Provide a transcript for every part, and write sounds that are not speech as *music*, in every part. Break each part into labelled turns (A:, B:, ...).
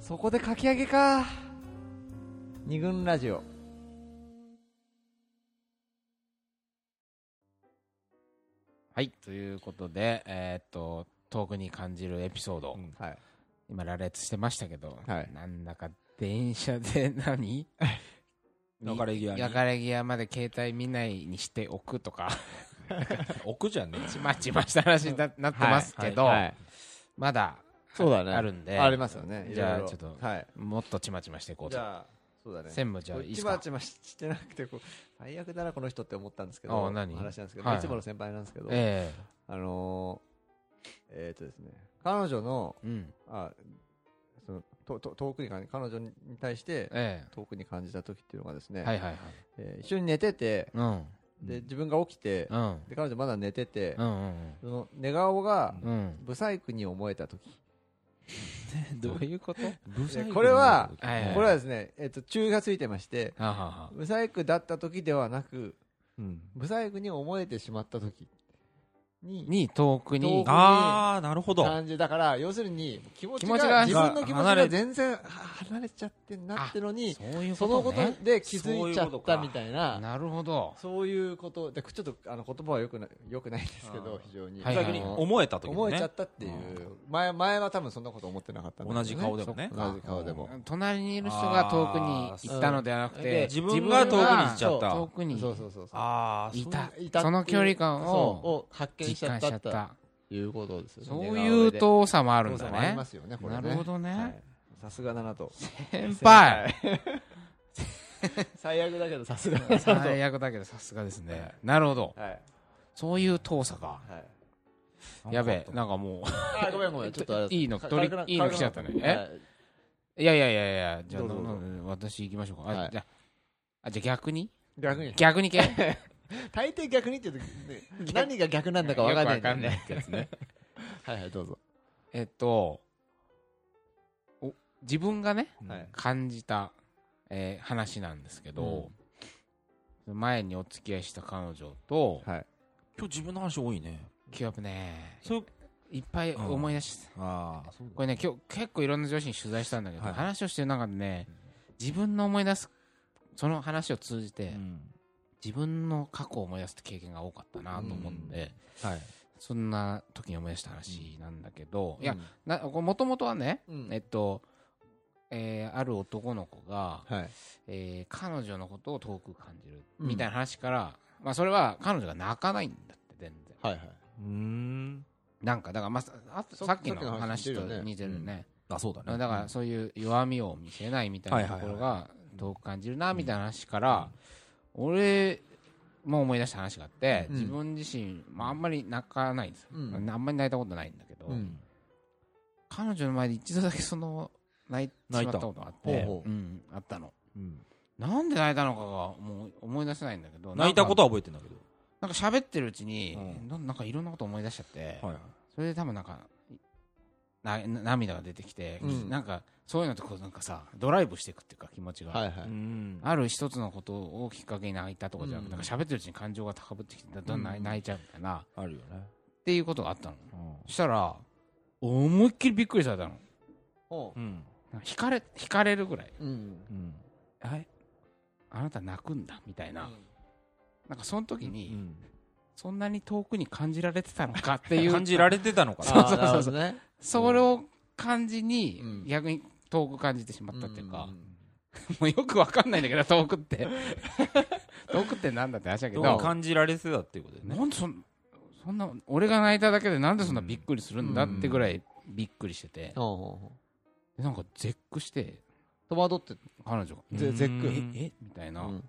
A: そこでかき上げか二軍ラジオ
B: はい、ということで、えーっと、遠くに感じるエピソード、
A: はい
B: 今羅列してましたけど、
A: はい
B: なんだか電車で何
C: 別れ際に
B: 別れ際まで携帯見ないにしておくとか、 *laughs*
C: 奥じゃん *laughs* ね。
B: ちまちました話にななってますけど、
A: はい
B: まだ
A: そうだね
B: あるんで、
A: ありますよね
B: じゃあ
A: いろいろ
B: ちょっと
A: はい
B: もっとちまちましていこう
A: じ
B: と。
A: ゃあそうだね
B: 専務じゃあいいです
A: ち
B: か
A: まちましてなくてこう最悪だなこの人って思ったんですけ
B: あ
A: ど
B: 何
A: 話なんですけど、
B: はい
A: い、つもの先輩なんですけど、
B: え
A: あのー、えー、っとですね彼女の
B: えうん、
A: あそのとと遠くに感じ彼女に対して
B: え
A: 遠くに感じた時っていうのがですね、
B: えはいはいはい。
A: えー一緒に寝てて
B: うん、うん、
A: で自分が起きて、
B: うん、
A: で彼女まだ寝てて、
B: うん、
A: その寝顔が
B: うんうん。
A: *laughs* 不細工に思えた時、
B: どういうこと
A: えこれは
B: はいはい
A: これはですね、えっと注意がついてまして
B: あはは
A: 不細工だった時ではなく
C: うん
A: 不細工に思えてしまった時に
B: に遠く
A: 遠
B: に
A: く
C: ああ、なるほど。
A: 感じだから要するに気持ち
B: 気持ちが
A: が自分の気持ち
C: 離
A: が
C: れ
A: 全然は離れちゃってんなってのに
B: そういう
A: そのこ
B: ね
A: とで気づいちゃったみたいな
B: なるほど
A: そういうことでちょっとあの言葉はよくなよくないんですけ
C: あ
A: ど
C: ー
A: 非常に、
B: はいはい
C: 逆に思えた時
A: 思
C: も
A: えちゃ
C: ね
A: っ。たっていう前前は多分そんなこと思ってなかったんだけど
C: 同じ顔でもね。
A: 同じ顔でも
B: 隣にいる人が遠くに行ったのではなくて
C: あーそう自分が遠くに行っちゃった
B: 遠くに
A: そうそうそうそう
C: ああ、
B: いた
A: いたっていう
B: その距離感
A: そう
B: を
A: を発見しち
B: 実
A: ゃ
B: 感
A: っ
B: しち
A: た
B: ゃ
A: っ
B: ったた
A: いうことですよね
B: そういう遠さもあ
A: あ
B: るんだ
A: あり
B: ね
A: ますよねこれ
B: な
A: ね
B: るほど
A: は
B: ね
A: いさすがだなと
B: 先輩
A: 最悪だけどさすがだなとはい
B: *laughs* 最悪だけどさすがですねなるほど
A: はい
B: そういう遠さかやべえなんかも
A: あごめんごめんちょっとあれ
B: ういいの取りいいの来ちゃったねえ
A: はい
B: いやいやいやいやじゃあ
A: どうぞどうぞ
B: なな私行きましょうか
A: は
B: あ
A: い
B: じゃああじゃあ逆に
A: 逆に
B: 逆に系
A: *laughs* 大抵逆にって
B: *laughs*
A: 言うとね何が逆なんだかわかんないんだよね
B: よくわかんないってやつね
A: *laughs* はいはいどうぞ
B: えっとお自分がね
A: はい
B: 感じた、えー話なんですけど、前にお付き合いした彼女と、
A: はい
C: 今日自分の話多いね。
B: 今日ね
C: そう
B: いっぱい思い出して、
C: ああ、そう
B: これね今日結構いろんな女子に取材したんだけど、
C: はい
B: 話をしてる中でね自分の思い出すその話を通じて、
C: うん
B: 自分の過去を思い出すって経験が多かったなと思って、
C: はい。
B: そんな時に思い出した話なんだけど、いや
A: う
B: もともとはね、
A: ん
B: えっと、えーある男の子が、
A: はい
B: えー彼女のことを遠く感じるみたいな話から、まあ、それは彼女が泣かないんだって全然
A: はいはい。
C: うん。
B: なんかだから、まあ、さ
A: そ
B: さっきの
A: さっきの話
B: 話と
A: とね
B: 似てるね、
C: あ、そうだ
B: まあ
C: ね。
B: だからそういう弱みを見せないみたいなところが遠く感じるなみたいな話から、俺も思い出した話があって、
A: うん
B: 自分自身、まあ、あんまり泣かないんですよ、
A: うん
B: あんまり泣いたことないんだけど、
A: うん
B: 彼女の前で一度だけその泣いてしまったことがあって
A: 泣いたほうほう
B: うん、あったの
C: うん
B: なんで泣いたのかがもう思い出せないんだけど
C: 泣いたことは覚えてんだけど。
B: なんか喋ってるうちに、
C: うん
B: ななんかいろんなこと思い出しちゃって、
C: はいはい。
B: それで多分なんかなな涙が出てきて、
A: うん
B: なんかそういうのってこうなんかさドライブしていくっていうか気持ちが、
A: はいはい。
C: ん
B: ある一つのことをきっかけに泣いたとかじゃなくて、
A: うん
B: なんか喋ってるうちに感情が高ぶってきてだんだん泣い
A: うん
B: 泣いちゃうみたいな、っ
C: あるよね。
B: ていうことがあったのそしたら思いっきりびっくりされたの
A: おう
C: うん。
B: なんか惹かれ惹かれるぐらい
A: うん。
C: うん。
B: はいあなた泣くんだみたいな、なんかその時に、
C: うん
B: そんなに遠くに感じられてたのかっていう
C: *laughs* 感じられてたのかな。
A: そうそうそうね。
B: それを感じに、
A: うん
B: 逆に遠く感じてしまったっていうか、
A: ん。
B: もうよくわかんないんだけど、 *laughs* 遠くって。遠くってなんだって話だけ
C: ど
B: ど、
C: う感じられてたっていうことだよね。
B: なんでそんそんな、俺が泣いただけでなんでそんなびっくりするんだってぐらいびっくりしてて、
A: ほうほうほ
B: でなんか絶句して、
A: う戸惑ってた
B: 彼女が、
A: ぜ絶句
C: うん
B: えみたいな、
A: うん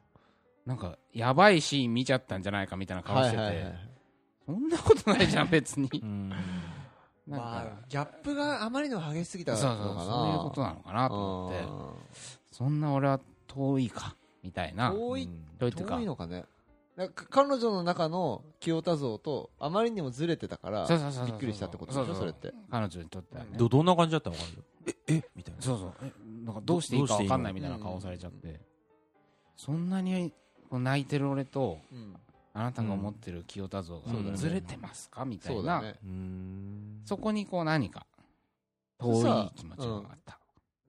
B: なんかやばいシーン見ちゃったんじゃないかみたいな顔
A: は
B: し
A: い
B: てて、
A: はいはい。
B: そんなことないじゃん、
A: *laughs*
B: 別に。
C: うん
B: なんか、
A: まあ、ギャップがあまりにも激しすぎた
B: そう
A: の
B: そ
A: か
B: う
A: な。
B: そう、そういうことなのかなと思って。そんな俺は遠いか、みたいな。
A: うん遠い、
B: 遠いっていうか
A: 遠い。のかね。なんか彼女の中の清田像とあまりにもずれてたから、
B: そうそうそうそう
A: びっくりしたってことでし
B: そう
A: ょ、
B: そう
A: それって。
B: 彼女にとってはね。
C: ど、どんな感じだったのかなえ、えみたいな。
B: そうそう。えなんかどうしていいかわかんないみたいな
A: ど
B: 顔
A: うして
B: さ
A: い
B: れ
A: い
B: ち
A: の
B: ゃって。そんなにこう泣いてる俺と、
A: うん
B: あなたが思ってる清田像
A: うんそうだ
B: が
A: ね
B: ずれてますかみた
A: そ
B: いう
A: だ
B: な。
A: ね。
C: うん。
B: そこにこう何か、遠い気持ちがあった。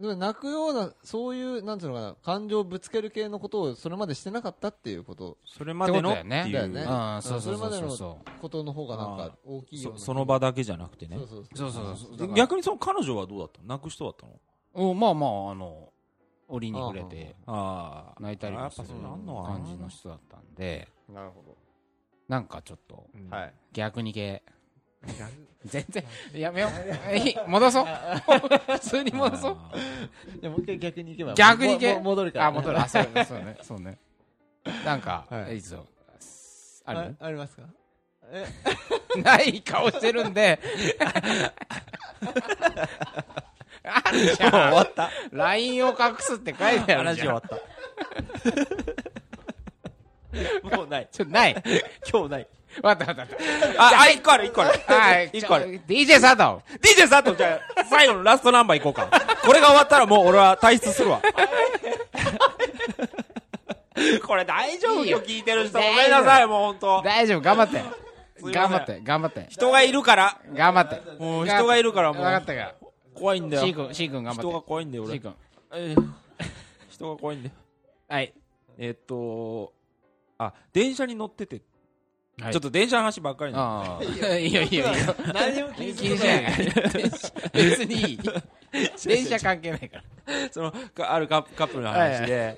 A: でも泣くような、そういう、なんていうのかな、感情をぶつける系のことをそれまでしてなかったっていうこと、
C: それまでの
B: っ
C: っ
B: こと
C: て
B: だよね
C: てい
A: だよ
C: う
A: ね
B: うん、そう
A: そ
B: そうそう
A: れまで
B: そう
A: の
B: そ
A: ことの方がなんか大きいような。
C: そその場だけじゃなくてね
A: そうそう
B: う
A: そ。
B: そううそうそうだから
C: 逆にその彼女はどうだったの泣く人だったの
B: おまあまああの折に触れて
C: ああ
B: 泣いたり
C: や
B: も
C: っ
B: す
C: ぱ
B: る
C: そうなんのかな
B: 感じの人だったんで
A: なるほ
B: なんかちょっと
A: ど。はい。
B: 逆に系 *laughs* 全然やめよういい戻そう普通に戻そう
C: あー
A: じゃあもう一回逆に行けば。
B: 逆に行け
A: もも戻るから、
B: あ戻るあそうねそうねそうねなんか
A: はい
B: いいぞある
A: ありますかえ、
B: *laughs* ない顔してるんで。あるじゃん。終わった。LINE を隠すって書いてある
C: 話
B: じ
C: 終
B: ゃ
C: わ
B: ん。
C: *laughs* ったもうない
B: ちょ、ない。
C: 今日ない
B: わかったわかったわか
C: ああ一個ある一個ある *laughs*
B: った。はい。
C: 一個ある
B: ちょ DJ 佐藤。
C: DJ 佐藤じゃあ最後のラストナンバーいこうかこれが終わったらもう俺は退出するわ *laughs* これ大丈夫
B: いい
C: よ
B: よ
C: 聞いてる人ごめんなさいもう本当
B: 大丈夫、頑張って。
C: すいません
B: 頑張って、頑張って。
C: 人がいるから
B: 頑張って。
C: もう人がいるからも
B: 分かっ
C: う
B: たか
C: 怖いんだ
B: ら。
C: よ
B: C 君、C 君頑
C: 人が
B: 張
C: 怖いんだよ
B: って。
C: 俺
B: C 君。
C: えー *laughs* 人が怖いんだよ
B: はい。
C: えーっとあ電車に乗ってて
B: はい
C: ちょっと電車の話ばっかりなの
B: ああ。いいよいいよいいよ。
A: 何も気
B: 気
A: に
B: に
A: する
B: しない。別にいい。電車関係ないか
C: そのかあるカップカップルの話で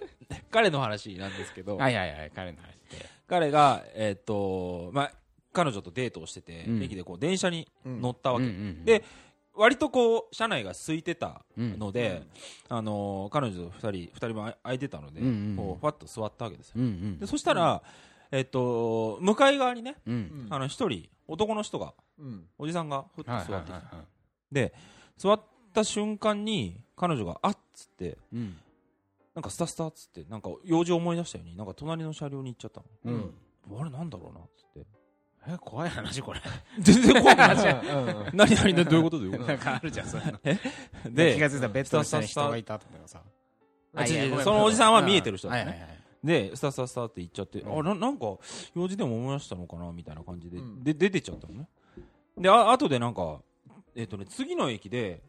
C: 彼の話なんですけど
B: ら。はいはいはい、彼の話で。
C: 彼がえーっとまあ彼女とデートをしてて
B: うん
C: 駅でこう電車に乗ったわ
B: うん
C: け
B: うんうん
C: で割とこう車内が空いてた
B: うん
C: ので、あのー彼女と2人2人分空いてたので、
B: うんうんうん
C: こうファッと座ったわけですよ、
B: うんうん
C: でそしたら、えっと向かい側にね、
B: うん
A: うん
C: あの1人男の人が
A: うん。
C: おじさんがふっと座
B: は
C: っ
B: い
C: てき
B: はい
C: て、
B: はいは
C: で座った瞬間に彼女があっつって
B: いうん
C: なんかスタスタっつってなんか用事思い出したようになんか隣の車両に行っちゃった
B: う
C: の、
B: ん
C: あれなんだろうなっつって
B: え怖い話これ
C: 全然怖くない
A: うんうんうん
C: *laughs* 何何何どういうことどういうこ
B: なんかあるじゃんそんな
C: と
B: で気
C: で
B: がついたらベッドの下に人がいたとかさ
C: あ
B: あいや
C: 違う違う
B: ごめ
C: そのおじさんは見えてる人
B: は
C: だ
B: い
C: よ
B: は
C: ね
B: いはい
C: でスタスタスタって行っちゃって、あななんか用事でも思い出したのかなみたいな感じで、
A: うん
C: で出てっちゃったのねであ後でなんかえっ、とね次の駅で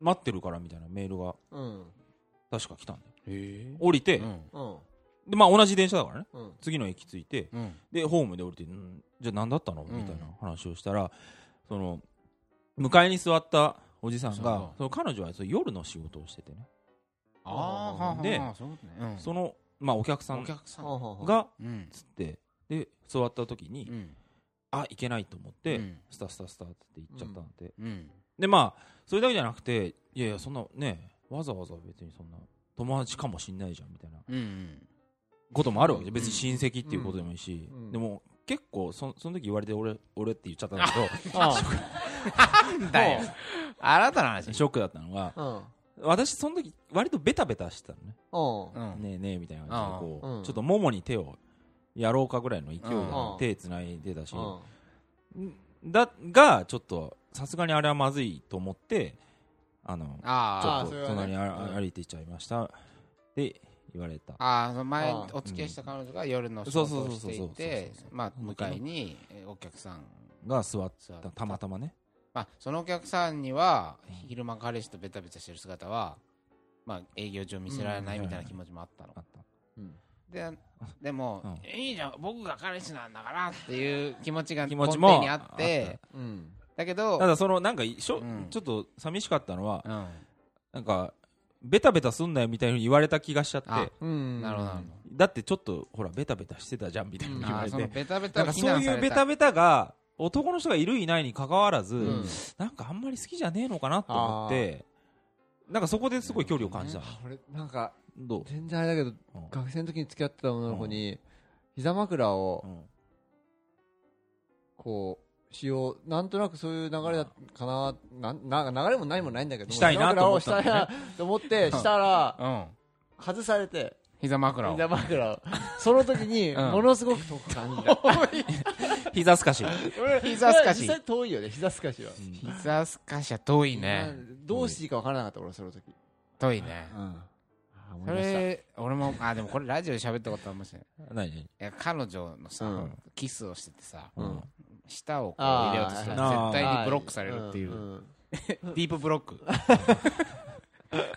C: 待ってるからみたいなメールが
A: うん。
C: 確か来たんだよ
B: へ
C: 降りて、
B: うん
A: うん。
C: でまあ同じ電車だからね
A: うん。
C: 次の駅着いて
B: うん
C: でホームで降りてんじゃあ何だったの
B: うん
C: みたいな話をしたら、その迎えに座ったおじさん
B: そう
C: がその彼女はその夜の仕事をしててね、
B: ああはあはあ
C: で
B: そういうことねうん
C: その、まあ、お客さん
B: お客さん
A: ほうほうほう、
C: が
B: うん
C: つってで座った時に、
B: うん
C: あいけないと思って、
B: うん
C: スタスタスタって言っちゃったんで、
B: うん
C: でまあそれだけじゃなくていやいやそんなねわざわざ別にそんな友達かもしんないじゃんみたいな
B: うんうん
C: こともあるわけじゃん
B: うん
C: 別に親戚っていうことでもいいし、
A: うんうん
C: でも結構そその時言われて俺俺って言っちゃったんだけ
B: なんだよあなたの話
C: *laughs* どショックだったのが
A: うん。
C: 私その時割とベタベタしてたのね、
A: うん。
B: うん
C: ねえねえみたいな感じでこう、
A: うん
C: ちょっとももに手をやろうかぐらいの勢いで
B: うん
C: 手つないでたし、
A: うん
C: だがちょっとさすがにあれはまずいと思ってあのちょ
B: あ
A: あ
C: っ
A: ー
C: と
A: それはね
C: 隣に
A: うん
C: 歩いていっちゃいましたって言われた
B: あああの前
A: ああ
B: お付き合いした彼女が夜の仕事をしていて
C: そうそうそうそうそうそう
B: まあ向かいにえお客さん
C: が座っ
B: 座ったて
C: たまたまね
B: まあ、そのお客さんには昼間彼氏とベタベタしてる姿は、まあ、営業中見せられないみたいな気持ちもあったの、
C: あった
B: ででも、
C: う
B: いいじゃん僕が彼氏なんだからっていう気持ちが
C: *laughs*
B: 根
C: 気持ち
B: 底
C: も
B: にあって
C: あっ
A: うん。
B: だけど
C: ただそのなんかしょ、
B: うん
C: ちょっと寂しかったのは
B: うん、
C: なんかベタベタすんなよみたいに言われた気がしちゃって
B: あ
A: うん。
B: なるほどなる
C: だってちょっとほらベタベタしてたじゃんみたいに
B: ほど
C: 言わ
B: あ
C: れ
B: ー
C: て、
B: そのベタベ
C: な
B: タ
C: ん
B: を
C: か
B: 非
C: そう
B: 難
C: い
B: さ
C: う
B: れ
C: ベ
B: た
C: タベタが男の人がいるいないに関わらず、
A: うん
C: なんかあんまり好きじゃねえのかなと思ってなんかそこですごい距離を感じたの、
A: あ俺、なんか、
C: どう
A: 全然あれだけど、
C: うん
A: 学生の時に付き合ってた女の子に、膝枕を、こう、しよう。なんとなくそういう流れだかな。なんなんか流れも何もないんだけど、
C: したいなと思ったのね
A: 膝枕をしたいなと思って、したら、
B: うん
A: 外されて、
B: 膝枕を
A: 膝枕を。その時に、
B: うん
A: ものすごく遠く感じた。
C: 膝すかし
B: 膝すかし
A: 実際遠いよね、膝すかしは。
B: 膝すかしは遠いね
A: うんどうしていいか分からなかった、俺、その時。
B: 遠いね
A: あー思
B: そ
A: い出した
B: れ俺もあでもこれラジオで喋ったことあるかもしれない
C: 何何
B: いや彼女のさ、
A: うん
B: キスをしててさ、
A: うん
B: 舌をこう入れようとしたら
C: あー
B: 絶対にブロックされるっていう、
A: んん
B: ディープブロック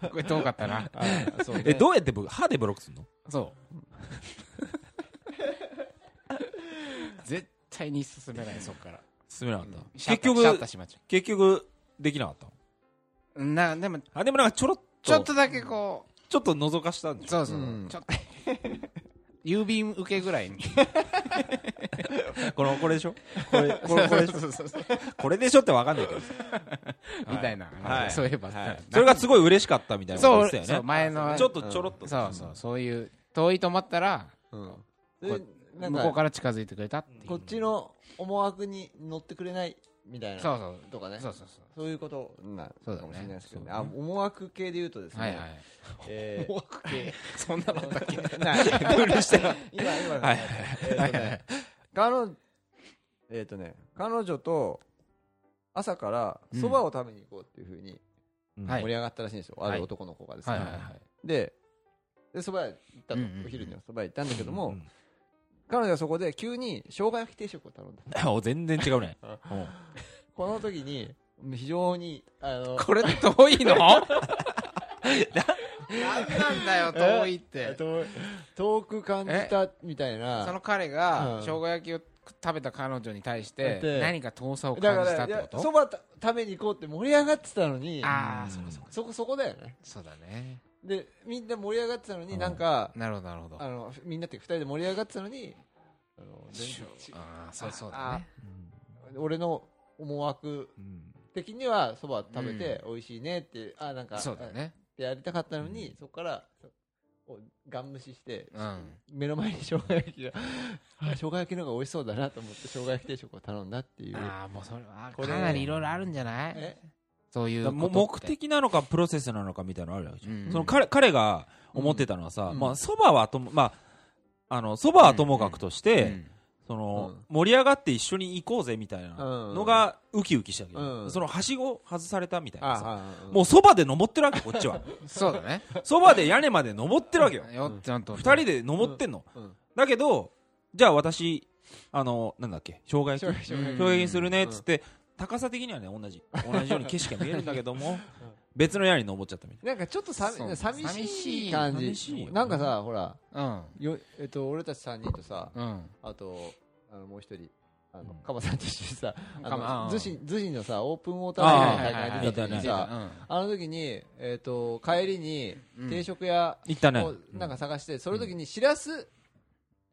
B: これ遠かったな。
A: あそうね
C: え、どうやってブ歯でブロックすんの
B: そう。絶対に進めない、そっから。
C: 進めなかった。
B: シャッ
C: 結
B: ターシャッ
C: 局
B: ター、閉まっちゃ
C: 結局、できなかったの
B: う。な、でも、
C: あ、でもなんかちょろっと、
B: ちょっとだけこ
C: ちょっと覗かしたん
B: う、
C: でしょ
B: そうそう、
A: うん
B: ちょっと。郵便受けぐらいに。
C: *laughs* この、これでしょ
A: こ
C: *laughs*
A: れこれこれ
C: これでしょってわかんないけど。
B: みたいな。
C: はい
B: そういえば、
C: はいそれがすごい嬉しかったみたいなこと
B: そ
C: で
B: う、
C: した
B: そ
C: よね。
B: う、前の。
C: ちょっとちょろっと。
B: そうそう、そういう、遠いと思ったら、
A: うんでなん
B: 向こう
A: か
B: から近づいてくれたっていう。
A: こっちの思惑に乗ってくれないみたいな
B: そうそう。
A: とかね
B: そうそうそう。
A: そういうことな
B: そう
A: のか
B: だね
A: もしれないですけどね
B: そう
A: あ思惑系で言うとですね、
B: はいはい。
A: えー
B: そんなのだっけ
A: *laughs* ない
C: ルールしてない。
A: 今今の
C: はい
A: えーとね彼女えっ、とね彼女と朝からそばを食べに行こうっていうふうに
B: は
A: 盛
B: い
A: り上がったらしいんですよ、
B: はい
A: ある男の子がですね、
B: はいはいはい。
A: ででそば屋行ったの、
B: うんうんうん
A: お昼にそば屋行ったんだけども、
C: うん *laughs*
A: 彼女はそこで急に生姜焼き定食を頼んだ
C: お全然違うね。
A: この時に非常にあの
B: これ遠い
A: *laughs*
B: のななんだよ、遠いって。
A: 遠遠く感じたみたいな
B: その彼
A: う
B: が
A: ん
B: 生姜焼きを食べた彼女に対して
A: で
B: 何か遠さを
A: だ
B: 感
A: か
B: じた
A: ら
B: っ
A: い
B: て
A: や
B: こと
A: そば食べに行こうって盛り上がってたのに
B: ああ
C: うん
B: そうかそうか
A: そこそこだよね
B: そうだね
A: でみんな盛り上がってたの
C: う
A: に
C: ん
A: なんか、
B: なるほどなるほど
A: あのみんなっていうか二人で盛り上がってたのにあの全
B: し
A: 然
B: ょ
A: 違
B: ああそうそうだね
A: う俺の思惑
C: うん
A: 的にはそば食べて美味しいねって、あなんか
B: そうだね
A: ってやりたかったのに、
C: うん
A: そこからおガン無視して、
B: うん
A: 目の前に生姜焼きがあ生姜焼きの方が美味しそうだなと思って生姜焼き定食を頼んだっていう
B: ああもうそれは
A: これ
B: かなりいろいろあるんじゃない
A: え
B: そうい
C: だ
B: う
C: か
B: こ
C: ら
B: と
C: も
B: って
C: 目的なのかプロセスなのかみたいなのあるわけじゃん
B: うん
C: その彼彼が思ってたのはさ、
A: うん
C: まあそばはともまああのそばはともかくとし
B: う
C: て、
B: ん
C: その
A: うん
C: 盛り上がって一緒に行こうぜみたいなのがウキウキしたけど、
A: うん
C: そのはしご外されたみたいなさ、
A: ああ
C: もうそばで登ってるわけこっち
A: *laughs*
C: は
B: そうだね
C: そばで屋根まで登ってるわけよ
B: よちゃんと
C: 二人で登ってんの、
A: うんうん
C: だけどじゃあ私あのなんだっけ障害
A: 生姜焼き
B: うん
C: 表現するねっつって、高さ的にはね同じ同じように景色が見えるんだけども、別の屋に登っちゃったみたい
A: なんかちょっとさ
B: そう
A: 寂
B: 寂し
A: し
B: い
A: い感
C: 寂しい
A: じ
C: よ
A: なんかさほら
B: うん
A: よえっと俺たち3人とさ
B: うん
A: あとあのもう一人あの
C: うん
A: カバさんと一緒にさあ
B: カバう
A: の
B: ん
A: 逗子逗子のさオープンウォーター
C: あ
A: 大
C: あ
A: 会の大会に出た時に
C: は
A: さあの時にえっと帰りに
B: うん
A: 定食屋
C: 行ったね
A: をなんか探してその時にしらす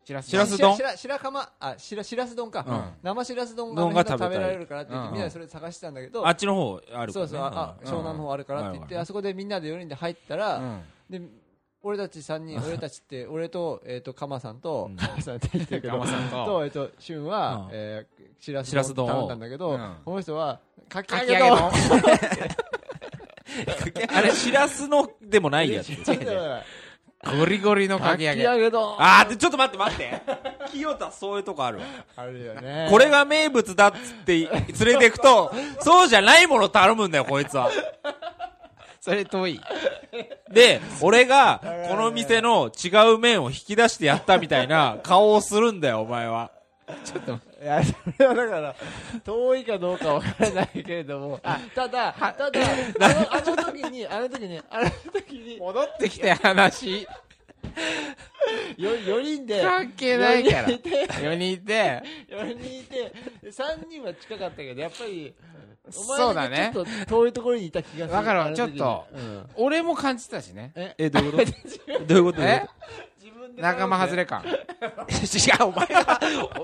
B: しらす
C: しらす丼
A: しらしらかまあしらしらす丼か
C: うん
A: 生しらす丼が
C: 丼が
A: 食
C: 食べ
A: べ
C: たい
A: られるからって言って
B: うん
A: みんなでそれ探してたんだけど
C: あっちの方あるか
A: そ
C: ら、
A: う
C: ね、
A: そうああ
C: うん
B: うん
A: 湘南の方あるからって言っ
C: う
A: て
C: ん
A: あそこでみんなで4人で入ったら
B: うん
A: で俺たち3人俺たちって俺とえっ、とカマさんと、
C: うん
A: カマさんって言ってるけど
B: ガマさんと
A: とえっ、とシュンは、
C: うん
A: えー、しら
C: しら
A: す
C: す丼
A: 丼頼
C: を
A: んだんだけど、
B: うん
A: この人はかき
B: か
A: 揚
B: き
A: げ
B: 揚げ
A: 丼
B: の
C: あれしらすのでもないやつ
A: ちょっと待って
B: ゴリゴリのか
A: か
B: き
A: き
B: 揚
A: 揚
B: げ
A: げ丼
C: あーでちょっと待って待って清田そういうとこあるわ
A: あるよね
C: これが名物だっつって連れてくとそうじゃないもの頼むんだよこいつは
B: それ遠い
C: で俺がこの店の違う面を引き出してやったみたいな顔をするんだよお前は
A: がいやそれはだから遠いかどうかわからないけれどもただた
B: *laughs*
A: だあのあの時にあの時にあの時に
B: 戻ってきて話
A: よ4人で
B: 関係ないから
A: 4人いて
B: 4人いて
A: 4人いて3人は近かったけどやっぱり
B: そうだね
A: お前だけちょっと遠いところにいた気がする
B: わかるわ
A: あの時に
B: ちょっ
A: うん
B: 俺も感じたしね
A: え
C: えどういうこと
A: *laughs*
C: どういうこと
B: え
A: 自分で
B: 仲間外れ感
C: *laughs* いや、お前は、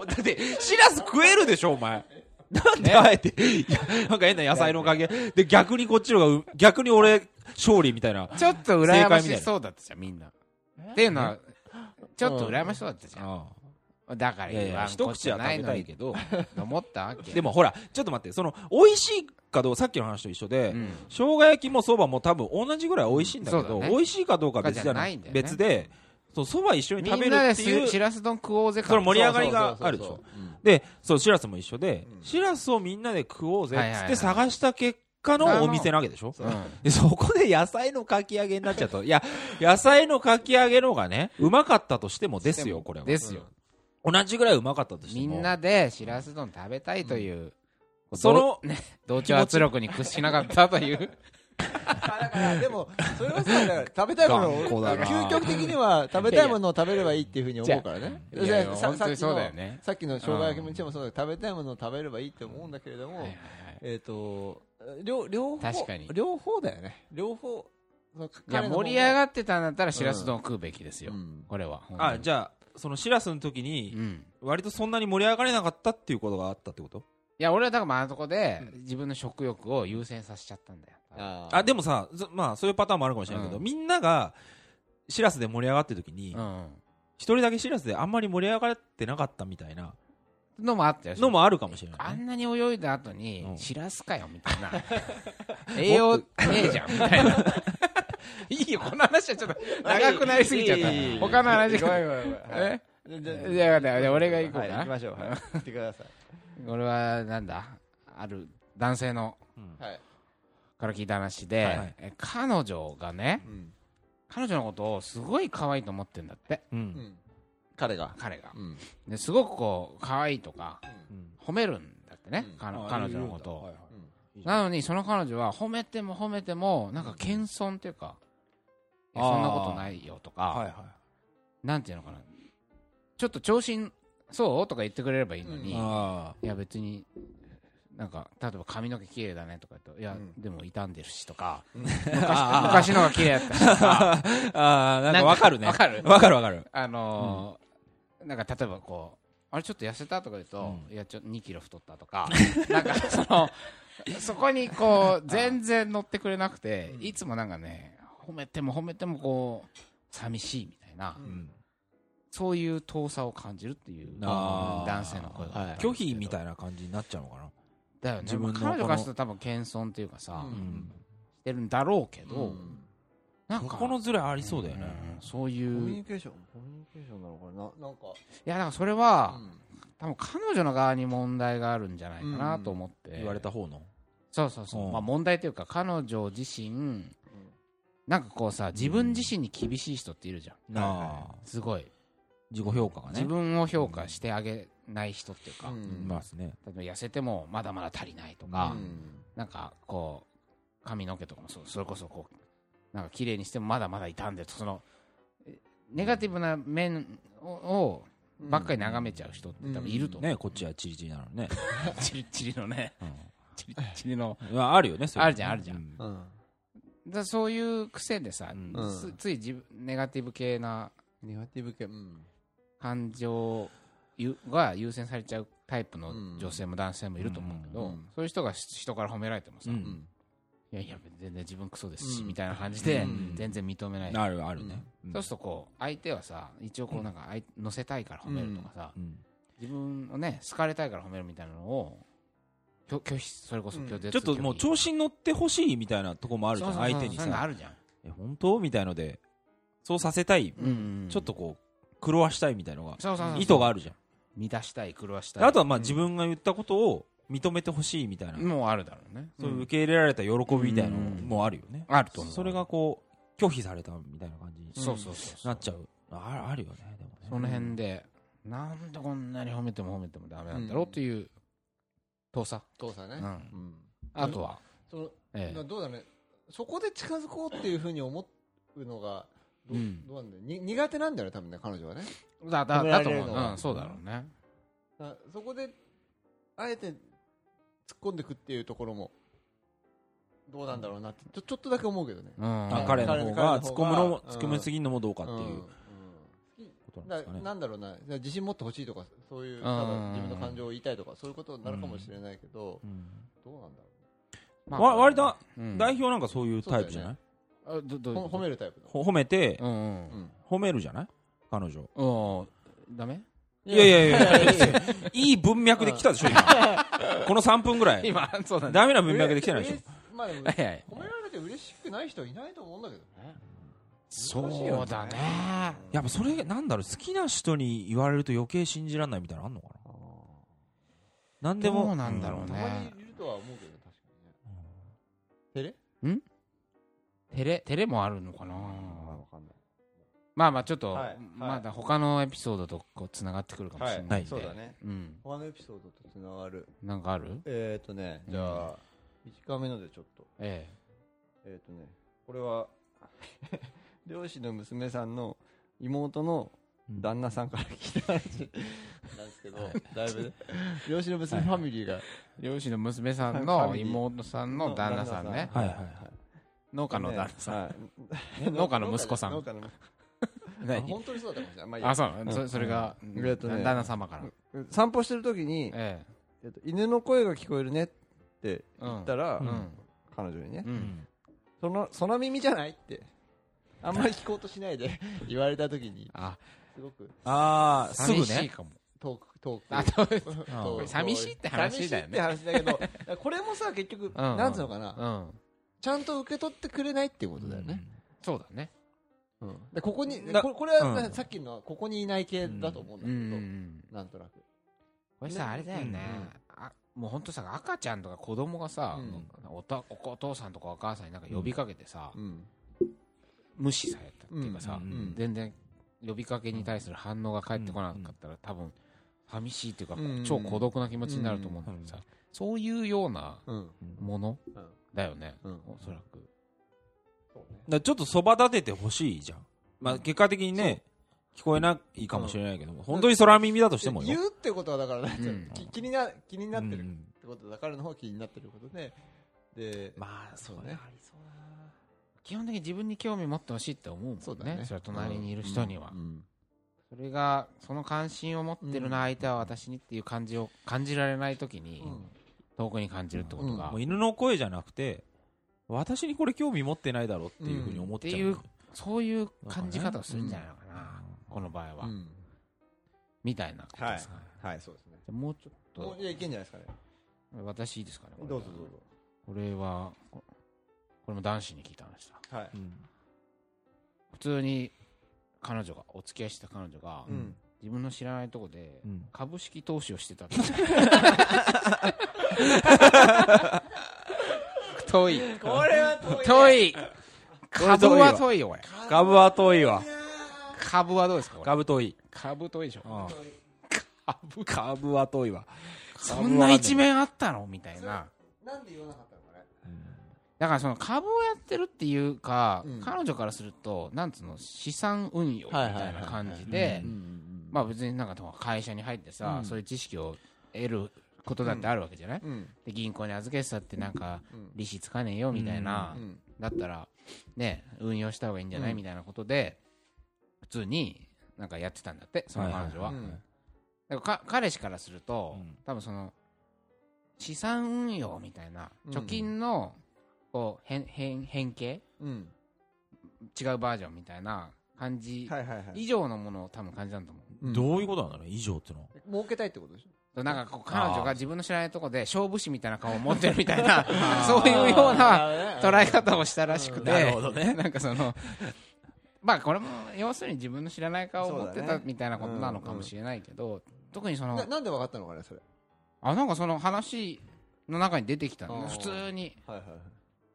C: だって、シラス食えるでしょ、お前。なんであえて、いや、なんか変な野菜のおかげ。で、逆にこっちのがう、逆に俺、勝利みたいな。
B: ちょっと羨ましそうだったじゃんみんなっていうのはちょっと羨ましそうだったじゃ
C: あ
B: んだか
C: あ
B: ら
C: いやい
B: 言
C: や
B: わ、ん
C: 一
B: こ
C: 口は
B: とない
C: 食べ
B: の
C: た
B: に
C: いけ
B: *laughs*
C: ど。
B: と思ったわけ
C: でもほら、ちょっと待って、その、美味しいかどうか、さっきの話と一緒で、
B: うん
C: 生姜焼きもそばも多分同じぐらい美味しいんだけ
B: そう
C: ど、
B: だね
C: 美味しいかどうかは別じゃない。
B: じゃないんだよね
C: 別で、そう、そば一緒に
B: み
C: 食べ
B: ん
C: る
B: なで
C: っていう。
B: すしらす丼食おうぜか
C: それ盛り上がりがあるでしょ
A: そうそうそう
C: で、そう、シラスも一緒で、
A: うん
C: シラスをみんなで食おうぜ
B: はいはい
C: っ
B: は
C: つ
B: い
C: って探した結果のお店なわけでしょ
B: うん
C: でそこで野菜のかき揚げになっちゃうと、いや、野菜のかき揚げの方がね、うまかったとしてもですよ、これは。
B: ですよ
C: 同じぐらいうまかったとして
B: み
C: も。
B: んなでしらす丼食べたいという *laughs*
C: その、
B: 同調圧力に屈しなかったという
A: あだからでもそれはさだから食べたいもの
C: 頑固
A: を
C: だな
A: 究極的には食べたいものを食べればいいっていうふうに思うからね
B: いやいやいや
A: さ
B: 本当に
A: さっきの
B: そうだよね
A: さっきの生姜焼きもちもそうだけど食べたいものを食べればいいって思うんだけれども、
B: はいはい
A: えっ、と両両方
B: 確かに
A: 両方だよね両方その
B: いや
A: 彼の方
B: 盛り上がってたんだったらしらす丼を食うべきですよ、
A: うん
B: これは
C: あ、じ
B: ゃ
C: ゃあ、そのシラスの時
B: う
C: に、
B: ん
C: 割とそんなに盛り上がれなかったっていうことがあったってこと
B: いや俺はだからまああのとこで自分の食欲を優先させちゃったんだよ
A: あー
C: あ、でもさ、ずまあ、そういうパターンもあるかもしれないけど、
B: うん
C: みんなが、シラスで盛り上がってる時に
B: う、ん
C: 一人だけシラスであんまり盛り上がってなかったみたいな
B: のもあったよ
C: のもあるかもしれな
B: あ
C: いね。
B: んなに泳いだ後に
C: うん
B: しらすかよみたいな *laughs* 栄養ねえじゃんみたいな *laughs* いいよこの話はちょっと長くなりすぎちゃった
A: いいいいいい
B: 他の話
A: ご
B: が
A: めんごめんごめんはい
B: え
A: じゃ
B: じ
A: じ
B: ゃあじゃあじゃあじゃあ俺が
A: ゃ
B: 行こうか
A: はい
B: な、
A: 行きましょうはい行ってください
B: 俺はなんだある男性の
C: うん
A: はい、
B: から聞いた話で、
C: はいはい
B: え彼女がね
A: うん
B: 彼女のことをすごい可愛いと思ってんだって
C: う。
A: うんん、彼が、
B: 彼が
A: うん
B: ですごくこう可愛いとか
C: うん
B: 褒めるんだってね
A: う、ん
B: 彼
C: あ
B: 彼女のことを、
C: はいはい
B: なのにその彼女は褒めても褒めてもなんか謙遜っていうか、いや
C: あー
B: そんなことないよとか、
C: はいは
B: なんていうのかなちょっと調子んそうとか言ってくれればいいの
A: う
B: に、
A: ん
C: い。
B: い
C: あ
B: や別になんか例えば髪の毛綺麗だねとか言うといや、
A: うん
B: でも傷んでるしとか
C: あ
B: 昔のが綺麗だったしとか
C: あ。ああ、 *laughs* なんかわかるね。
B: わかる
C: わかるわかる。
B: あのーなんか例えばこうあれちょっと痩せたとか言うと、
C: う
B: いやちょっと2キロ太ったと
C: *laughs*
B: かなんかそのそこにこう全然乗ってくれなくていつもなんかね褒めても褒めてもこう寂しいみたいな、
A: うん
C: うん
B: そういう遠さを感じるっていう
C: あー
B: 男性の声があったんですけど
C: 拒否みたいな感じになっちゃうのかな。
B: だよね
C: 自分の
B: まあ彼女からすると多分謙遜っていうかさ、
A: う
B: し
A: ん
B: てるんだろうけど、
A: うん
B: なん
C: こ
B: か
C: このズレありそうだよね。
B: んそうい
A: コミュ
B: うい
A: ニケーションコミュニケーションなのかななんか、
B: やだからそれは、
A: うん
B: 多分彼女の側に問題があるんじゃないかなと思って、
C: 言われた方の。
B: そうそうそう、
C: うん
B: まあ問題というか彼女自身なんかこうさ自分自身に厳しい人っているじゃん、
C: ああ。
B: すごい
C: 自己評価がね。
B: 自分を評価してあげない人っていうか、
A: うん
C: うんまあですね。
B: 例えば痩せてもまだまだ足りないとか、
A: うん
B: なんかこう髪の毛とかもそうそれこそこうなんか綺麗にしてもまだまだ傷んでるとそのえネガティブな面ををばっかり眺めちゃう人って多分いると思う、
C: ね、こっちはチリチリなのにね。
B: チリチリのね
C: うん
B: チリチリの
C: まああるよね、それ
B: あるじゃんあるじゃん
C: う
A: うん
B: だそういう癖でさ、
C: うん
B: つつい自分ネガティブ系な
A: ネガティブ系、うん
B: 感情ゆが優先されちゃうタイプの女性も男性もいると思うけど、
A: うんうん
B: そういう人がし人から褒められてもさ、
C: う
B: い
C: ん
B: やいや全然自分クソですし、
A: うん
B: みたいな感じで、
C: うん
B: 全然認めない、
C: あるあるね。
B: そうするとこう相手はさ一応こうなんかあい乗せたいから褒めるとかさ、
C: うん
B: 自分をね好かれたいから褒めるみたいなのを拒拒否それこそ拒絶、
C: ちょっともう調子に乗ってほしいみたいなとこもあ
B: あ
C: るじゃん、相手に
B: そういうの
C: さ。
B: あるじゃん、
C: え本当みたいので、そうさせたい。
B: うん
C: ちょっとこう、狂わしたいみたいのが、
B: そうそうそう
C: 意図があるじゃん。
B: 乱したい狂わしたい
C: あとはまあ自分が言ったことを認めてほしいみたいな、
B: もうあるだろうね
C: そういう受け入れられた喜びみたいなのもあるよね、
B: あると思う
C: それがこう拒否されたみたいな感じに
B: そうそうそうそう
C: なっちゃうああるよねでもね
B: その辺でなんでこんなに褒めても褒めてもダメなんだろうっていう遠さ、
A: 父さんね、
B: うん
A: うん
B: あとは、
A: その
B: ええ
A: などうだろうねそこで近づこうっていうふうに思うのがど,、
B: う
A: うんどうなんだよに苦手なんだよね多分ね彼女はね
B: だだ
A: 褒めら
B: だ
A: れ
B: と
A: る
B: 思
A: の
B: う、うん、そうだろうね
A: あそこであえて突っ込んでくっていうところもどうなんだろうなってちょちょっとだけ思うけどね
B: うん
C: まあ彼の
A: 彼
C: 方
A: の方が
C: が突っ込むのも
A: うん
C: 突っ込みすぎるのもどうかって
A: う
C: い
A: ん
C: う
A: うん
C: ことなん
A: だ
C: ですかね、
A: なんだろうな自信持ってほしいとかそういう
B: うん
A: ただ自分の感情を言いたいとかそういうことになるかもしれないけど、
C: うん
A: どうなんだろ
B: まあ
C: わ割と
B: うん
C: 代表なんかそういうタイプじゃない、
B: あどど
A: う
B: う
A: ほ褒めるタイプの、
C: ほ褒めて
B: うんうん
A: うん
C: 褒めるじゃない彼女
B: うんダメ
C: いやいやいやいやいい文脈で来たでしょ今この3分ぐらい
B: *laughs* 今そうだね
C: ダメな文脈で来てないでしょ
A: 嬉しまあでも
B: はいはい
A: 褒められて嬉しくない人いないと思うんだけどね
B: そうだね
C: やっぱそれなんだろう好きな人に言われると余計信じられないみたいなのあんのかななんで
B: で
C: も
B: もなんだろう
A: たまに
B: ね
A: いるとは思うけどね確かにね照れ
B: 照れ照れもあるのかな
A: わかんない
B: まあまあちょっと、
A: はいはい
B: まだ他のエピソードとこうつながってくるかもしれないんで、
C: はいそう
A: だね
B: うん
A: 他のエピソードとつながる
B: なんかある
A: えっ、ー、とねじゃあ、短めのでちょっと
B: え
A: えっ、ー、とね
C: これは、
A: *laughs* 漁師の娘さんの妹の旦那さんから聞いた話なんですけど、だいぶね、 *laughs* 漁師の娘ファミリーが、
B: 漁師の娘さんの妹さんの旦那さんね
A: はい
C: はいはい。
B: 農家の旦那さん
A: はい
B: 農家の息子さん
A: 農家の息子あ
C: 何
A: 本当にそうだったかもしれない。まあいいや
B: あそうなのそそれが
A: んえっとね
B: 旦那様から
A: 散歩してる時に、
B: え
A: え
B: え
A: っと犬の声が聞こえるねって言ったら、
B: うん
A: 彼女にね
B: う、ん
A: その、その耳じゃないって、あんまり聞こうとしないで言われた時に、
B: あ
A: すごく
C: ああ、す
B: 寂
C: ぐ
B: しい
C: ね。
B: かも
A: 遠く、遠く。
B: あと
A: 遠く
B: 寂しいって話だよね
A: 寂しいって話だけど、だからこれもさ、結局、
B: んうん
A: なんつうのかな、
B: うん
A: ちゃんと受け取ってくれないっていうことだよね。
B: そうだね
A: でここに、
C: だ
A: ここれはね
C: うん
A: さっきのはここにいない系だと思うんだ
B: うんうん
A: け
B: うん
A: ど、なんとなく。
B: これさあれだよねあもうほんとさ赤ちゃんとか子供がさ
A: うん
B: おたおお父さんとかお母さんになんか呼びかけてさ
A: うん。
B: 無視されたっていうかさ
C: うん
A: うん
B: 全然呼びかけに対する反応が返ってこなかったら多分寂しいっていうか
A: うん
B: 超孤独な気持ちになると思うんだけどさそういうような
A: うん。
B: もの
A: うん
B: だよね
A: うん
B: おそらく
A: そうね。
C: だからちょっとそば立ててほしいじゃん。まあ、結果的にね、聞こえないかもしれないけども、本当に空耳だとしても
A: 言う
C: よ。
A: ってことはだから、なんていうの
B: うん
A: き気にな、気になってる
C: う
A: っ
C: ん
A: てことだからの方が気になってることで、で、
C: まあ、
A: そうね。
B: 基本的に自分に興味持ってほしいって思うもんね
A: そ
B: そう
A: だね
B: れは隣にいる人には、
A: うん
B: それがその関心を持ってるな、
A: うん
B: 相手は私にっていう感じを感じられない時に、
A: うん
B: 遠くに感じるってことが、
C: もう犬の声じゃなくて、私にこれ興味持ってないだろうっていうふうに思っちゃう。
B: うんってそういう感じ方をするんじゃないのかな、この場合は、
A: うん
B: みたいなことですかね
A: はい、そうですね。
B: もうちょっ
A: も
B: と
A: ういや、いけんじゃないですかね。
B: 私いいですかねこれ
A: どうぞどうぞ。
B: これはここれも男子に聞いた話だ
A: はい。
C: うん
B: 普通に彼女がお付き合いしてた彼女が、
A: うん。
B: 自分の知らないとこで
C: うん
B: 株式投資をしてたって遠い
A: これは遠いね
B: 遠い株は
C: こ
B: 遠いよこれ
C: 株は遠いわ。
B: 株はどうですかこれ
C: 株遠い。
B: 株遠いでしょ
C: 株株は遠いわ。
B: そんな一面あったのみたいな
A: *laughs* なんで言わなかったのかね。
B: だからその株をやってるっていうか、
A: うん
B: 彼女からするとなんつうの資産運用み
A: はいはい
B: た
A: はい
B: い
A: はい
B: な感じ
C: う
B: で
C: ん
B: まあ別になんか会社に入ってさ、
A: うん
B: そういう知識を得ることだってあるわけじゃない、
A: うん。
B: で銀行に預けてたってなんか
A: うん
B: 利子つかねえよみたいな、
A: うん。
B: だったら、ね、運用した方がいいんじゃない、
A: うん
B: みたいなことで、普通に、なんかやってたんだって、その彼女は。
A: はいはいはい
B: だからか彼氏からすると、
C: うん
B: 多分その、資産運用みたいな、
A: うん
B: 貯金の、こう、変、変、変形
A: うん。
B: 違うバージョンみたいな感じ、
A: はいはいはい。
B: 以上のものを多分感じたんだと思う。
C: どういうことなんだろう以上ってのは。
A: 儲けたいってことでしょ
B: なんかこう、
C: あー
B: 彼女が自分の知らないとこで勝負師みたいな顔を持ってるみたい
A: *laughs*
B: な、そういうような、 *laughs* 捉え方をしたらしくて、
C: なるほど
B: *laughs*
C: ね
B: なんかその、まあこれも要するに自分の知らない顔を持って
A: そうだ
B: た
A: ね
B: みたいなことなのかもしれないけど、特にその
A: な、なんで分かったのかね、それ。
B: あ、なんかその話の中に出てきたの
A: あ
B: ね、
A: ー
B: 普通に、
A: はいはいはい。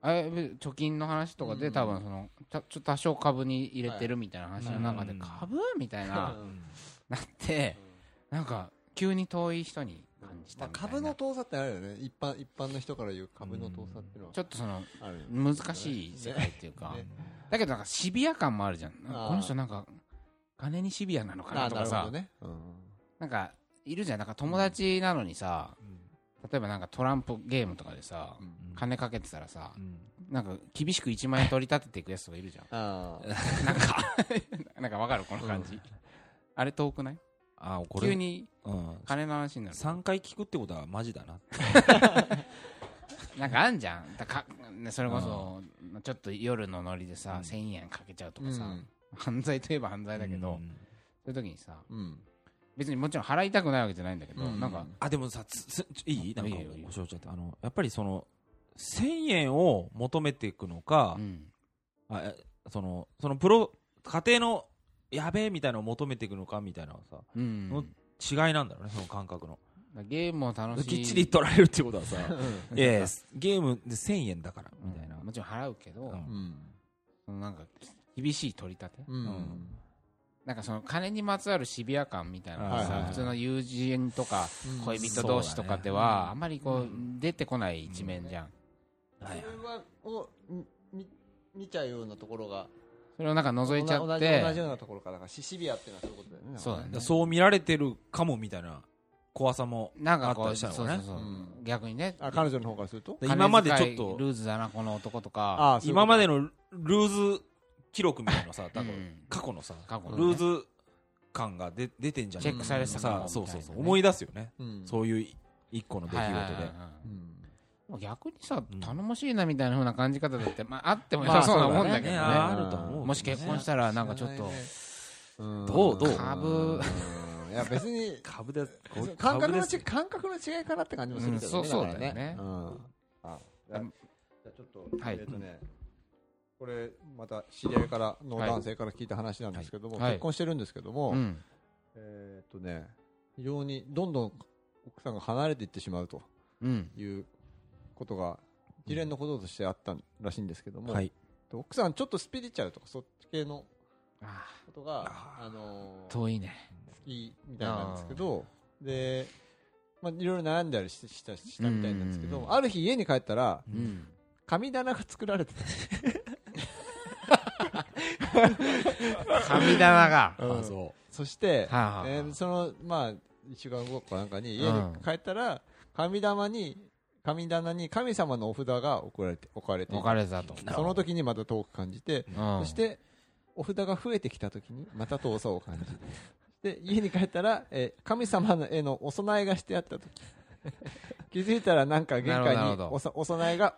B: あ貯金の話とか
A: う
B: で
A: ん
B: 多分その、ちょちょっと多少株に入れてるみたいな話の中で、
C: はい
B: 株みたい
A: *laughs*
B: な、
A: ま
B: なって、なんか急に遠い人に感じた
A: あ
B: みたいな。
A: 株の遠さってあるよね。一般、一般の人から言う株の遠さっていうのは
B: ちょっとその、
A: あるよね。
B: 難しい世界っていうか、
A: ね
B: だけどなんかシビア感もあるじゃんなん
A: あ
B: か
A: ー
B: この人なんか金にシビアなのかなとかさ
A: あ
B: な
A: なるほどね。うん
B: んかいるじゃんなんか友達なのにさ、例えばなんかトランプゲームとかでさ、
A: うん
B: 金かけてたらさ
C: う、ん
B: なんか厳しく1万円取り立てていくやつとかいるじゃん
A: あー
B: なんか *laughs* なんかわかるこの感じ、あれ遠くない
C: ああ、これ。
B: 急に
C: うん。
B: 金の話になる
C: 3回聞くってことはマジだな。
B: なんかあんじゃんだかねそれこそちょっと夜のノリでさ、1000円かけちゃうとかさ、
A: うん
B: 犯罪といえば犯罪だけど、
C: うん
B: そういう時にさ
A: うん。
B: 別にもちろん払いたくないわけじゃないんだけど、
A: うん
B: なんか
C: あ、でもさ、つついいなんか
B: いいよいいよ
C: ご承知だって。あの、やっぱりその、1000円を求めていくのか
B: う、ん
C: あえその、そのプロ、家庭の、やべえみたいなのを求めていくのかみたいなのは
B: うん、
C: のさ、違いなんだろうね、その感覚の。
B: ゲームを楽しい
C: きっちり取られるってことはさ、
A: う
C: いやいやゲームで1000円だから、みたい
B: う
C: な。
B: んもちろん払うけど、
C: うん
A: ん。
B: そのなんか厳しい取り立て、
A: うん。
B: なんかその金にまつわるシビア感みたいなのがさ、
A: はいはい
B: 普通の友人とか
A: うん
B: 恋人同士とかでは、あんまりこう出てこない一面じゃん、
A: それはをみみ見ちゃうようなところが
B: それをなんか覗いちゃ
A: 同
B: っ
A: じ同じよ
B: て
A: うなところかだからシシビアっていうのはそういうことだよね
B: そうだね
C: らそう見られてるかもみたいな怖さも
B: なんか
C: あっ
B: こ
C: た
B: う
C: りし
B: そ
C: た
B: う
C: の
B: そう
C: ね
B: そう
A: うん
B: 逆にね
A: あ彼女の方からすると
C: で今までちょっ
B: 金遣
C: と
B: いルーズだなこの男とか
A: ああそういうこと
C: 今までのルーズ記録みたいなのさ多分
B: うん
C: 過去のさ
B: 過去のね
C: ルーズ感が出出てんじゃん
B: チェックされてたかも
C: さそうそうそ
B: みたいな
C: う
B: ね
C: 思い出すよね
A: うん
C: そういう一個の出来
B: はいはい
C: 事
B: はい
C: で
B: はい
A: うん
B: もう逆にさ
C: うん
B: 頼もしいなみたいな風な感じ方だって、まあ、あっても良
A: まあ
B: さそうなもんだけど
C: ね
B: ね,、
C: あると思うけどね
B: もし結婚したらなんかちょっと、
A: うん
C: どうどう
B: 株
A: うんいや別に
C: 株で
A: 感覚
C: 株
A: の
C: です
A: ち感覚の違いからって感じもするけどね、
B: うんそ
A: だか
B: う
A: ら
B: そうだよね
A: うんあじゃあ
B: うん
A: じゃあちょっと、
B: はい
A: えっ、とねこれまた知り合いからの男性から聞いた話なんですけども、
B: はい
A: 結婚してるんですけども、
B: うん、
A: えっ、とね非常にどんどん奥さんが離れていってしまうと
B: うん、
A: いうことが一連のこととしてあったらしいんですけども、
C: はい
A: で奥さんちょっとスピリチュアルとかそっち系の
B: あ
A: ことが
C: あー
A: あのー
B: ー遠いね
A: 好きみたいなんですけど、で、まあ、いろいろ悩んだりししたしたみたいなんですけ
B: うん
A: ど、ある日家に帰ったら、
B: う
C: うんん
A: 神棚が作られてた。 *laughs*
B: 神棚 *laughs* が
A: うん
C: あそ
A: そして、
B: はあはあ
A: えーその、まあ、一週間後かなんかに、
B: うん
A: 家に帰ったら、神玉に、神棚に神様のお札が置かれて、置かれてい
B: 置
A: た
B: かれたと、
A: その時にまた遠く感じて、
B: うん、
A: そして、お札が増えてきた時に、また遠さを感じて。で、家に帰ったら、えー神様の絵のお供えがしてあった時。 *laughs* 気づいたらなんか玄
B: なる
A: 関
B: ほ
A: に
B: ど
A: おさお供えが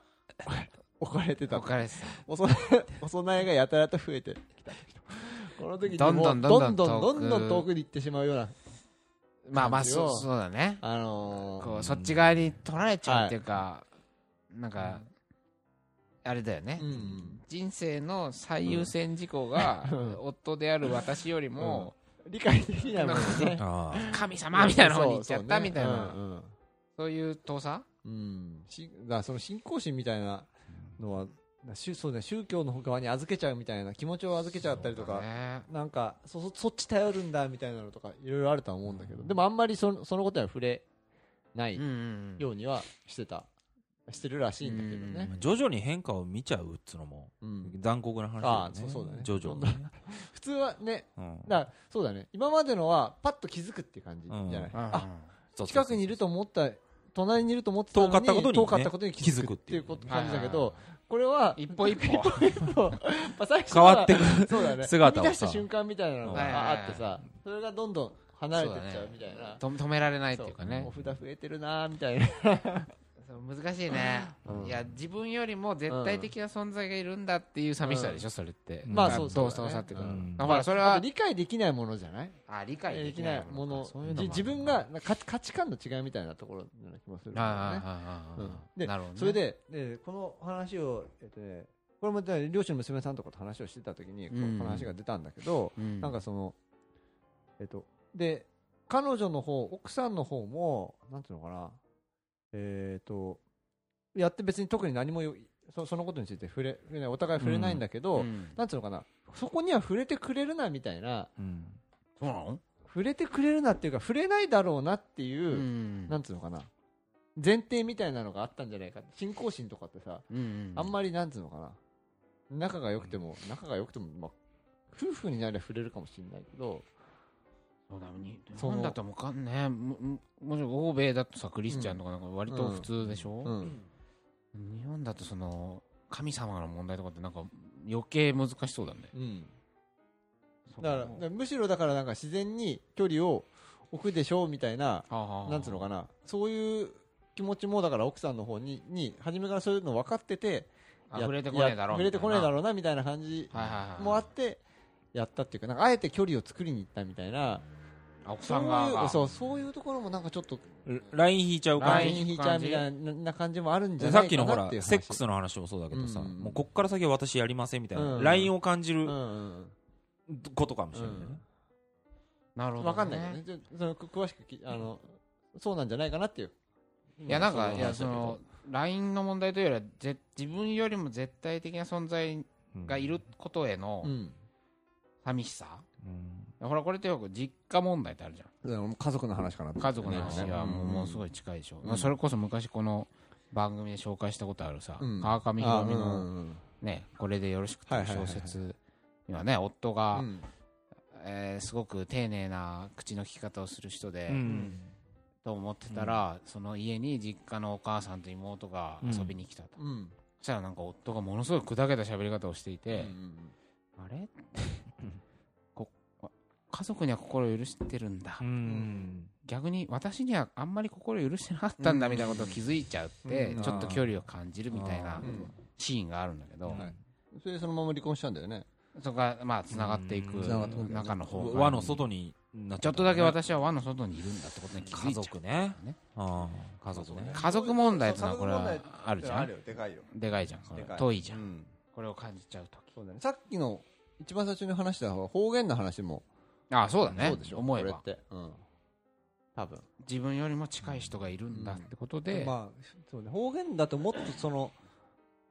A: *laughs* 置かれてた
B: 置。かれてた
A: お供え、 *laughs* お供えがやたらと増えてきた時と。この時に
B: どん
A: もう
B: ど
A: んど
B: ど
A: ん
B: ん
A: ど
B: ど
A: ん
B: ん
A: ど
B: 遠く
A: んどん遠くに行ってしまうような、
B: まあまあ
A: 感じを
B: そうそうだね
A: あのー
B: こうそっち側に取られちゃうっていうか、なんかあれだよね、
A: うん
B: 人生の最優先事項が、
A: うん
B: *laughs* 夫である私よりも、
A: 理解できないもんね
B: *laughs*
C: う。ああ
B: 神様みたいな方に行っちゃった
A: そうそうね
B: みたいなそう,、
A: うんうん
B: いう遠さ
A: うん、しだからその信仰心みたいなのはな宗そう、ね、宗教の側に預けちゃうみたいな気持ちを預けちゃったりとか、
B: そうだね
A: なんかそそそっち頼るんだみたいなのとかいろいろあるとは思うんだけどでもあんまりそのそのことには触れない
B: うんうんうん
A: ようにはしてた、してるらしいんだけどね、
C: 徐々に変化を見ちゃうっつうのも
A: うん
C: 残酷な話
A: ああ
C: だ
A: そ
C: よ
A: う
C: ね
A: そうだね
C: 徐々にね
A: 普通はね
C: うん
A: だからそうだね今までのはパッと気づくっていう感じじゃない、
C: うん
A: あ
C: そうそうそう
A: 近くにいると思った隣にいると思ってたのに
C: 遠かったことにね
A: 遠かったことに気づくっていうこと感じだけどこれ
B: *laughs*
A: は
B: 一歩一歩
A: そうまあ最初
C: 変わ
A: は
C: ってくる
A: そうだね。
C: 姿を
A: 踏み
C: さ
A: 出した瞬間みたいなの
B: はい
A: が
B: はいはい
A: あってさ、それがどんどん離れてっちゃうみたいな。
B: と止められないって
A: そう
B: いうかね
A: お札増えてるなーみたいな。
B: *laughs* そう難しいね、
A: うん
B: いや自分よりも絶対的な存在がいるんだっていう寂しさでしょ、それって、
C: まあ
B: なんか
A: そうそうだね
B: どうしたっていうか、
C: うん
B: だからそれ
A: あと
B: は
A: 理解できないものじゃない
B: あ理解
A: で
B: で
A: き
B: き
A: な
B: ないい
A: もの
B: そういうのも
A: じ
B: ある
A: 自分がなんか価価値観の違いみたいなところなような気もするんだ
B: あ
A: よ
B: あ
A: ね。
B: ああああああ
A: うんで
B: なるほどね
A: それで、でこの話を、えっとね、これもね漁師の娘さんとかと話をしてた時に、こ
B: うん
A: の話が出たんだけど、
B: うん
A: なんかその、えっと、で、彼女の方、奥さんの方も、なんていうのかな、えっと、やって別に特に何もよそそのことについて触れ、触れない、お互い触れないんだけど、
B: うん
A: なんていうのかな、そこには触れてくれるなみたいな、
C: うん
B: そうなの
A: 触れてくれるなっていうか、触れないだろうなっていうう、
B: ん
A: なんていうのかな、前提みたいなのがあったんじゃないか。信仰心とかってさ、
B: うん
A: あんまりなんつうのかな。仲が良くても、仲が良くても、まあ、夫婦になりゃ触れるかもしれないけど、
B: そうだに日
A: その
B: 本だともうかんねむむもちろん欧米だとさクリスチャンとかなんか割と普通でしょ、
A: うん。
B: 日本だとその神様の問題とかってなんか余計難しそうだね
A: うん。だから、だからむしろだからなんか自然に距離を置くでしょうみたいな、なんつうの
B: か
A: かな。そういう気持ちもだから奥さんの方に、に、初めからそういうの分かってて、や
B: 触れてこねえだろ
A: や触れてこねえだ
B: ろ
A: ろうなみたいな感じ
B: はいはいはい
A: もあって、やったっていうか、なんかあえて距離を作りに行ったみたいな、
B: あ奥
A: そ
B: さ
A: うん
B: 側
A: いう、
B: が
A: そう、そういうところもなんかちょっと、
C: ライン引いちゃう
A: ラ
C: 感
A: イ
C: じ
A: ン引いちゃうみたいなな感じもあるんじゃ
C: さ
A: な
C: っ
A: い
C: き
A: か
C: のほ
A: なっ
C: ら
A: ていう話
C: セックスの話もそうだけどさ、
A: うん
C: もうこっから先は私やりませんみたいな、
A: うん
C: ラインを感じ
A: う
C: る
A: んうん
C: ことかもしれないね、
B: な
A: う
B: るほ
A: ん、
B: ど
A: わかんないけどねちょそのく詳しくきあのそうなんじゃないかなっていう
B: いやなんか
A: そう
B: いやその LINE の問題というよりはぜ自分よりも絶対的な存在
C: うん
B: がいることへの
A: うん
B: 寂しさ、
C: うん
B: ほらこれってよく実家問題ってあるじゃん
A: 家族の話かな
B: 家族の話はもうものすご
A: い
B: い近いでしょ、
A: うん
B: それこそ昔この番組で紹介したことあるさ、
A: うん
B: 川上
A: あ
B: 宏美
A: う
B: の
A: ん
B: ね、これでよろしくと
A: はいいうはいはいは
B: 小
A: い
B: 説にはね、夫が、
A: うん
B: えーすごく丁寧な口の利き方をする人で、
C: うん
B: と思ってたら、その家に実家のお母さんと妹が遊びに来たと。
A: うん
B: そしたらなんか夫がものすごい砕けた喋り方をしていて、あれ *laughs* こ家族には心を許してるんだ。
C: うん
B: 逆に私にはあんまり心を許してなかったんだみたいなことを気づいちゃって、
A: うん
B: ちょっと距離を感じるみたい
C: あ
B: な
C: ー
A: うん
B: シーンがあるんだけど、
A: はいそれでそのまま離婚したんだよね
B: そこがまあつながっていく
C: うん
A: 繋がってくる
B: 中の方
C: 輪の外にな
B: ちょっとだけ私は輪の外にいるんだってことに気づ
C: 家
B: いちゃう
C: 族ね
B: ね
C: ああ家族ね
B: 家族問題ってのは
A: そう
B: これ
A: 家族
B: は
A: 問
B: あるじゃ
A: あ
B: ん
A: よでかいよ
B: でかいじゃんこれ
A: でかい
B: 遠いじゃ
A: うんん
B: これを感じちゃうとき
A: そうだねさっきの一番最初に話した方言の話も
B: ああそうだ
A: そ
B: ね
A: うでしょ
B: 思えば
A: これってうん多分
B: 自分よりも近い人がいるんだってことで
A: まあそうね方言だともっとその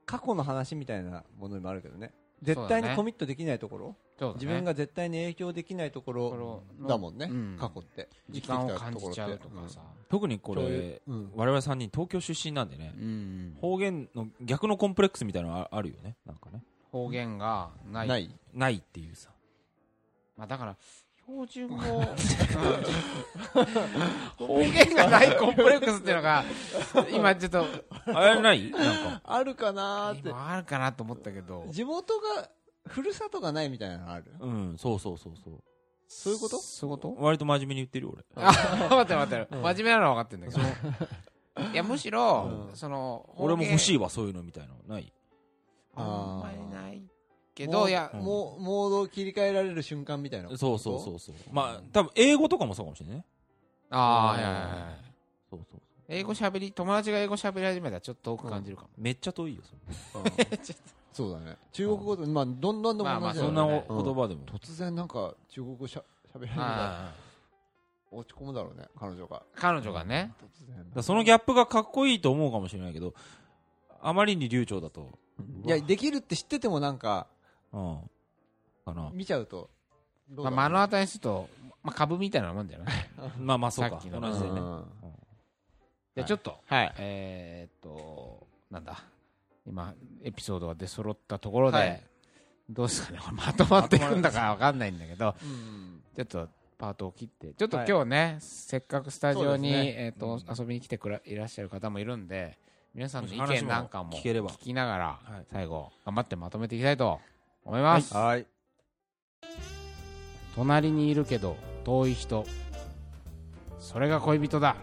A: 過去の話みたいなものにもあるけどね絶対にコミットできないところ、
B: そうだ
A: 自分
B: ね
A: が絶対に影響できないとこ
B: これを
A: ろだもんね、
B: うん
A: 過去って
B: 時間を感じちゃうとかさ
C: 特にこ
A: こ
C: れ我々3人東京出身なんでね
B: うん
C: 方言の逆のコンプレックスみたいなのああるよねなんかね
B: 方言がない
A: ない
C: ないっていうさ
B: まあだから標準
A: *laughs*
B: 語 *laughs* 方言がないコンプレックスっていうのが今ちょっと
C: あれない *laughs* なんか
A: あるかなーって
B: 今あるかなと思ったけど
A: 地元がふるさとがないみたいなのある
C: うんそうそうそうそう
A: そういうこと
B: そういうこと
C: 割と真面目に言ってるよ俺
B: あ、待って待って、真面目なのは分かってんだけど。いや、むしろ、
A: うん
B: その、
C: 俺も欲し
B: い。
C: いわそういうのみたいなのない
B: あんまりないけ
A: も
B: ど、
A: う
B: いや、
A: もうモードを切り替えられる瞬間みたいな
C: そうそうそううそうまあ多分英語とかもそうかもしれないね
B: ああ、いやいやいや
C: そうそう
B: 英語喋り、友達が英語喋り始めたらちょっと遠く感じるかも。
C: めっちゃ遠いよそ
A: *laughs* そうだね中国語とまあどんどんどん
B: ま
A: ど
B: あ
A: ん
B: まあ
A: 同じ
B: う
A: だ
C: れそ
A: よ
C: ん
A: ね
C: なお
A: うん
C: 言葉でも
A: 突然なんか中国語しゃ喋られたら
B: ああ
A: 落ち込むだろうね彼女が
B: 彼女がね、
A: 突然
C: だからそのギャップがかっこいいと思うかもしれないけどあまりに流暢だと
A: いやできるって知っててもなんか
C: うん
B: *laughs*
C: かな
A: 見ちゃうとどう
B: ま
A: だろ
B: あ、
A: う
B: 目の当たりにすると、まあ、株みたいなもんじゃない
C: まあまあそ
B: さ
C: うか
B: っき
C: 同
B: の
C: じだよね
A: うん
B: じゃあちょっと、
A: はい
B: えーっと、なんだ。今、エピソードが出揃ったところで、
A: はい
B: どうですかね、これまとまっていくんだか分かんないんだけど、
A: うん
B: ちょっとパートを切って、ちょっと今日ね、せっかくスタジオに、
A: そうですね
B: えっ、と、
C: うん
B: 遊びに来てくらいらっしゃる方もいるんで、皆さんの意
C: 話
B: 見
C: も
B: なんかも
C: 聞ければ
B: 聞きながら、
C: はい
B: 最後、頑張ってまとめていきたいと思います。
A: はい
B: 隣にいるけど、遠い人。それが恋人だ。